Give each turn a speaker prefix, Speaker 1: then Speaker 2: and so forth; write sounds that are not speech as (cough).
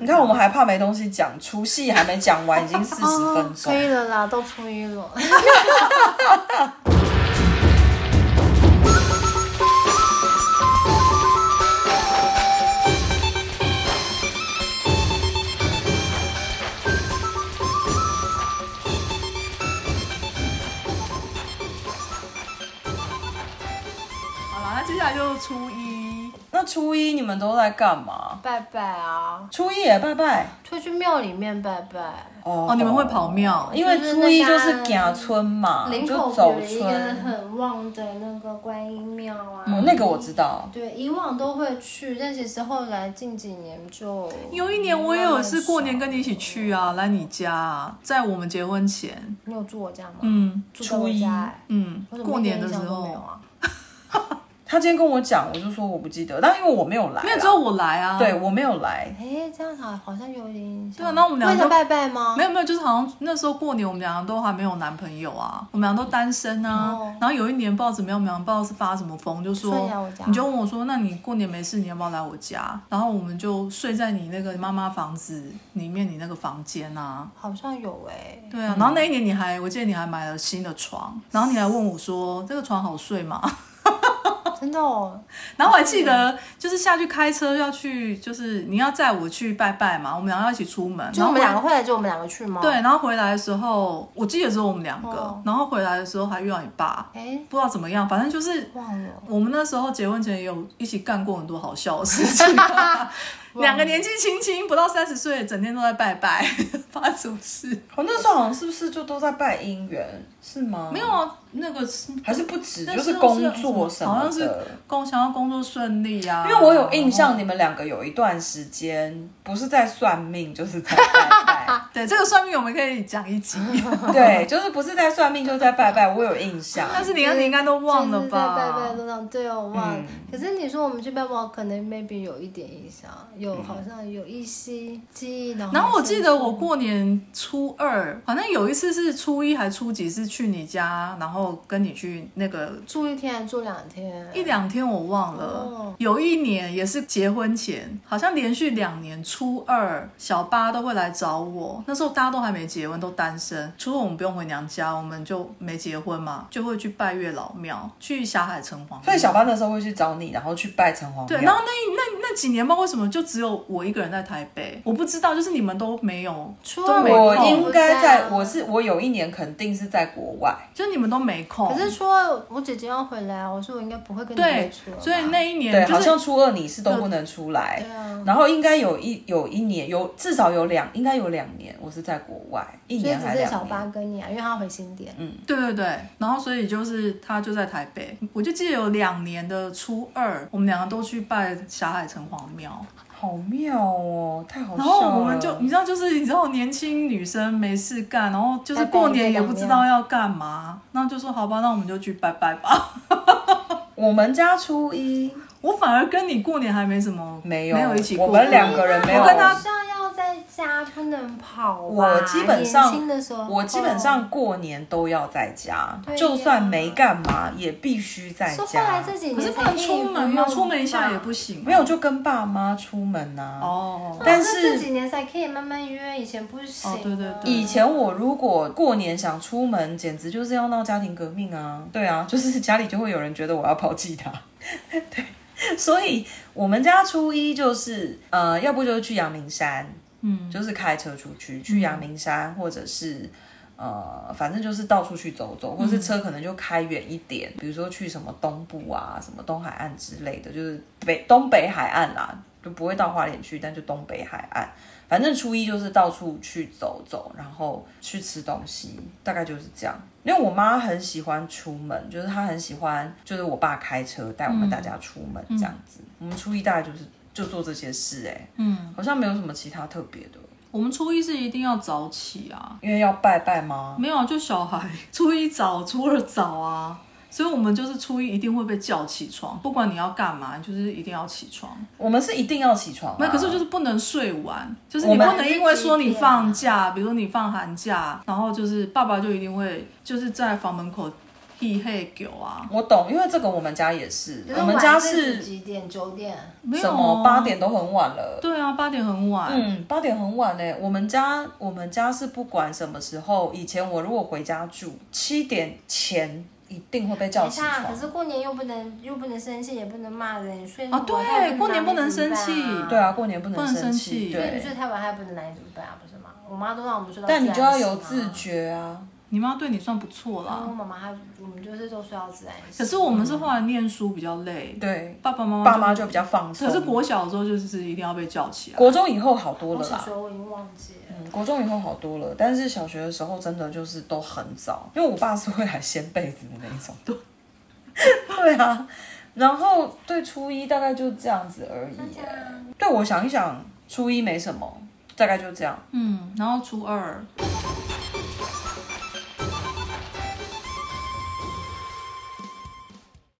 Speaker 1: 你看，我们还怕没东西讲，除夕还没讲完，已经四
Speaker 2: 哦
Speaker 1: 十分
Speaker 3: 哦可以
Speaker 1: 钟。
Speaker 3: 了啦，都出一了。
Speaker 2: 好啦，那接下来就初一，
Speaker 1: 那初一你们都在干嘛？
Speaker 3: (laughs) 拜拜啊，
Speaker 1: 初一也拜拜
Speaker 3: 就去庙里面拜拜。
Speaker 1: 哦
Speaker 2: 哦，你们会跑庙，
Speaker 1: 因为初一就是行村嘛，
Speaker 3: 林
Speaker 1: 就
Speaker 3: 口
Speaker 1: 走
Speaker 3: 有一个
Speaker 1: 村。
Speaker 3: 很旺的那个观音庙啊，
Speaker 1: 哦，那个我知道。
Speaker 3: 对，以往都会去，但其实后来近几年就
Speaker 2: 有一年我也有是过年跟你一起去啊，来你家、啊，在我们结婚前，
Speaker 3: 你有住我家吗？，
Speaker 2: 嗯
Speaker 3: 住在我家、欸。
Speaker 2: 嗯
Speaker 3: 我，怎么
Speaker 2: 过
Speaker 3: 一
Speaker 2: 年
Speaker 3: 点
Speaker 2: 的
Speaker 3: 印
Speaker 2: 时
Speaker 3: 象都没有
Speaker 2: 候，
Speaker 3: 啊，
Speaker 1: 他今天跟我讲，我就说我不记得，但因为我没有来啦，
Speaker 2: 没有只有我来啊，
Speaker 1: 对我没有来，
Speaker 3: 哎、这样好好像有点印象。
Speaker 2: 对啊那我们俩
Speaker 3: 为了
Speaker 2: 都
Speaker 3: 拜拜吗？
Speaker 2: 没有没有，就是好像那时候过年，我们两个都还没有男朋友啊，我们俩都单身啊。
Speaker 3: 哦
Speaker 2: 然后有一年不知道怎么样，我们俩不知道是发什么疯，就说
Speaker 3: 睡在我家
Speaker 2: 你就问我说，那你过年没事，你要不要来我家？然后我们就睡在你那个妈妈房子里面，你那个房间啊。
Speaker 3: 好像有哎、
Speaker 2: 对啊，然后那一年你还，我记得你还买了新的床，然后你还问我说这个床好睡吗？
Speaker 3: 真的哦，
Speaker 2: 然后我还记得就是下去开车要去，就是你要载我去拜拜嘛，我们俩要一起出门，
Speaker 3: 就我们
Speaker 2: 然后
Speaker 3: 两个后来就我们两个去吗？
Speaker 2: 对，，然后回来的时候，我记得只有我们两个。
Speaker 3: 哦
Speaker 2: 然后回来的时候还遇到你爸，
Speaker 3: 哎、
Speaker 2: 不知道怎么样，反正就是
Speaker 3: 忘了。
Speaker 2: 我们那时候结婚前也有一起干过很多好笑的事
Speaker 1: (laughs)
Speaker 2: 情、两个年纪轻轻，不到三十岁，整天都在拜拜，发什么事？
Speaker 1: 我那时候好像是不是就都在拜姻缘，是吗？
Speaker 2: (laughs) 没有，啊，那个是
Speaker 1: 还是不止，
Speaker 2: 那
Speaker 1: 就
Speaker 2: 时
Speaker 1: 是
Speaker 2: 候
Speaker 1: 工
Speaker 2: 是
Speaker 1: 作什
Speaker 2: 好
Speaker 1: 么
Speaker 2: 像是
Speaker 1: 的。
Speaker 2: 工想要工作顺利啊。
Speaker 1: 因为我有印象，你们两个有一段时间不是在算命，就是在拜
Speaker 2: 对这个算命我们可以讲一 (laughs) 集，
Speaker 1: 拜。对，就是不是在算命，就是在拜拜。我有印象。
Speaker 2: 但是你看你应该都忘了吧？
Speaker 3: 就是在拜拜路上，对哦，我忘了。
Speaker 1: 嗯
Speaker 3: 可是你说我们去拜拜，我可能 maybe 有一点印象，有好像有一些记忆。然后
Speaker 2: 然后我记得我过年初二，反正有一次是初一还初几是去你家，然后跟你去那个
Speaker 3: 住一天还住两天，
Speaker 2: 一两天我忘了。
Speaker 3: 哦
Speaker 2: 有一年也是结婚前，好像连续两年初二小八都会来找我。那时候大家都还没结婚，都单身。除了我们不用回娘家，我们就没结婚嘛，就会去拜月老庙，去霞海城隍庙。
Speaker 1: 所以小班的时候会去找你，然后去拜城隍
Speaker 2: 对，然
Speaker 1: 庙。
Speaker 2: 后那一那那几年吧，为什么就只有我一个人在台北？我不知道，就是你们都没有，
Speaker 3: 初
Speaker 2: 都
Speaker 3: 二
Speaker 2: 没
Speaker 1: 我
Speaker 2: 空。
Speaker 1: 应该
Speaker 3: 我不在啊
Speaker 1: 在，我是我有一年肯定是在国外，
Speaker 2: 就你们都没空。
Speaker 3: 可是初二我姐姐要回来啊，我说我应该不会跟你
Speaker 2: 对
Speaker 3: 接触了，吧
Speaker 2: 所以那一年
Speaker 1: 对，
Speaker 2: 就是
Speaker 1: 好像初二你是都不能出来
Speaker 3: 对，啊，
Speaker 1: 然后应该有一有一年有至少有两，应该有两年我是在国外，一
Speaker 3: 所以
Speaker 1: 年还
Speaker 3: 只是小
Speaker 1: 两
Speaker 3: 八
Speaker 1: 年。
Speaker 3: 跟你啊，因为她要回新店。
Speaker 2: 对对对，然后所以就是他就在台北，我就记得有两年的初二，我们两个都去拜霞海城隍庙，
Speaker 1: 好妙哦，太好笑了。
Speaker 2: 然后我们就你知道就是你知道年轻女生没事干，然后就是
Speaker 3: 拜拜
Speaker 2: 过年也不知道要干嘛，然后就说好吧，那我们就去拜拜吧。
Speaker 1: 我们家初一
Speaker 2: 我反而跟你过年还没什么
Speaker 1: 没有，
Speaker 2: 没有一起过，
Speaker 1: 我们两个人没有。
Speaker 2: 我跟他
Speaker 3: 好像要在家，不能跑吧。
Speaker 1: 我基本上
Speaker 3: 年轻的时候，
Speaker 1: 我基本上过年都要在家，
Speaker 3: 哦对呀
Speaker 1: 就算没干嘛也必须在
Speaker 3: 是后来
Speaker 1: 家。
Speaker 3: 这几年
Speaker 2: 可是不
Speaker 3: 才
Speaker 2: 能
Speaker 3: 可以
Speaker 2: 出门
Speaker 3: 不
Speaker 2: 吗？
Speaker 3: 用
Speaker 2: 出门一下
Speaker 3: 吧
Speaker 2: 也不行，
Speaker 1: 没有就跟爸妈出门呐、
Speaker 2: 哦。
Speaker 1: 但
Speaker 3: 是
Speaker 1: 是
Speaker 3: 这几年才可以慢慢约，以前不行啊、
Speaker 2: 哦对对对
Speaker 1: 以前我如果过年想出门，简直就是要闹家庭革命啊！对啊，就是家里就会有人觉得我要抛弃他。 (laughs) 对，所以我们家初一就是呃，要不就是去阳明山，嗯，就是开车出去去阳明山，或者是。呃，反正就是到处去走走，或是车可能就开远一点，比如说去什么东部啊、什么东海岸之类的，就是北东北海岸啦，就不会到花莲去，但就东北海岸。反正初一就是到处去走走，然后去吃东西，大概就是这样。因为我妈很喜欢出门，就是她很喜欢，就是我爸开车带我们大家出门这样子。我们初一大概就是就做这些事、欸，哎，嗯，好像没有什么其他特别的，
Speaker 2: 我们初一是一定要早起啊，
Speaker 1: 因为要拜拜吗？
Speaker 2: 没有，啊就小孩 (laughs) 初一早，初二早啊，所以我们就是初一一定会被叫起床，不管你要干嘛，就是一定要起床。
Speaker 1: 我们是一定要起床、啊，
Speaker 2: 那、可是就是不能睡晚，就是你
Speaker 1: 我
Speaker 2: 不
Speaker 1: 们
Speaker 2: 能因为说你啊放假，比如你放寒假，然后就是爸爸就一定会就是在房门口嘿嘿狗啊，
Speaker 1: 我懂，因为这个我们家也是，
Speaker 3: 可
Speaker 1: 我们家
Speaker 3: 晚上
Speaker 1: 是
Speaker 3: 几点？九点？
Speaker 2: 没有
Speaker 1: 什
Speaker 2: 啊
Speaker 1: 么八？点都很晚了。
Speaker 2: 对啊，八点很晚。
Speaker 1: 嗯，八点很晚嘞。我们家我们家是不管什么时候，以前我如果回家住，七点前一定会被
Speaker 3: 等
Speaker 1: 叫
Speaker 3: 一
Speaker 1: 起
Speaker 3: 下，
Speaker 2: 哎
Speaker 1: 床
Speaker 3: 啊可。是过年又不能又不能生气，也不能骂人，所以
Speaker 1: 哦
Speaker 2: 啊对过年不能生气
Speaker 1: 对啊，过年不
Speaker 2: 不
Speaker 1: 能
Speaker 2: 能生
Speaker 1: 气，
Speaker 2: 气
Speaker 3: 所以你
Speaker 1: 对。
Speaker 3: 睡太晚还不能来怎么办啊？不是吗？我妈都让我们睡到自
Speaker 1: 但
Speaker 3: 然醒
Speaker 1: 你
Speaker 3: 啊，
Speaker 1: 就要有自觉啊。
Speaker 2: 你妈对你算不错
Speaker 3: 然后
Speaker 2: 啦，
Speaker 3: 我妈妈她我们就是都睡到自然醒。
Speaker 2: 可是我们是后来念书比较累，
Speaker 1: 对，
Speaker 2: 爸爸妈妈
Speaker 1: 爸妈就比较放
Speaker 2: 就
Speaker 1: 松。
Speaker 2: 可是国小的时候就是一定要被叫起来。
Speaker 1: 国中以后好多
Speaker 3: 我
Speaker 1: 了
Speaker 3: 小
Speaker 1: 啦
Speaker 3: 时。候我已经忘记了。
Speaker 1: 嗯，国中以后好多了，但是小学的时候真的就是都很早，因为我爸是会来掀被子的那一种。对， (laughs) 对啊，然后对初一大概就这样子而已耶。对，我想一想，初一没什么，大概就这样。
Speaker 2: 嗯，然后初二，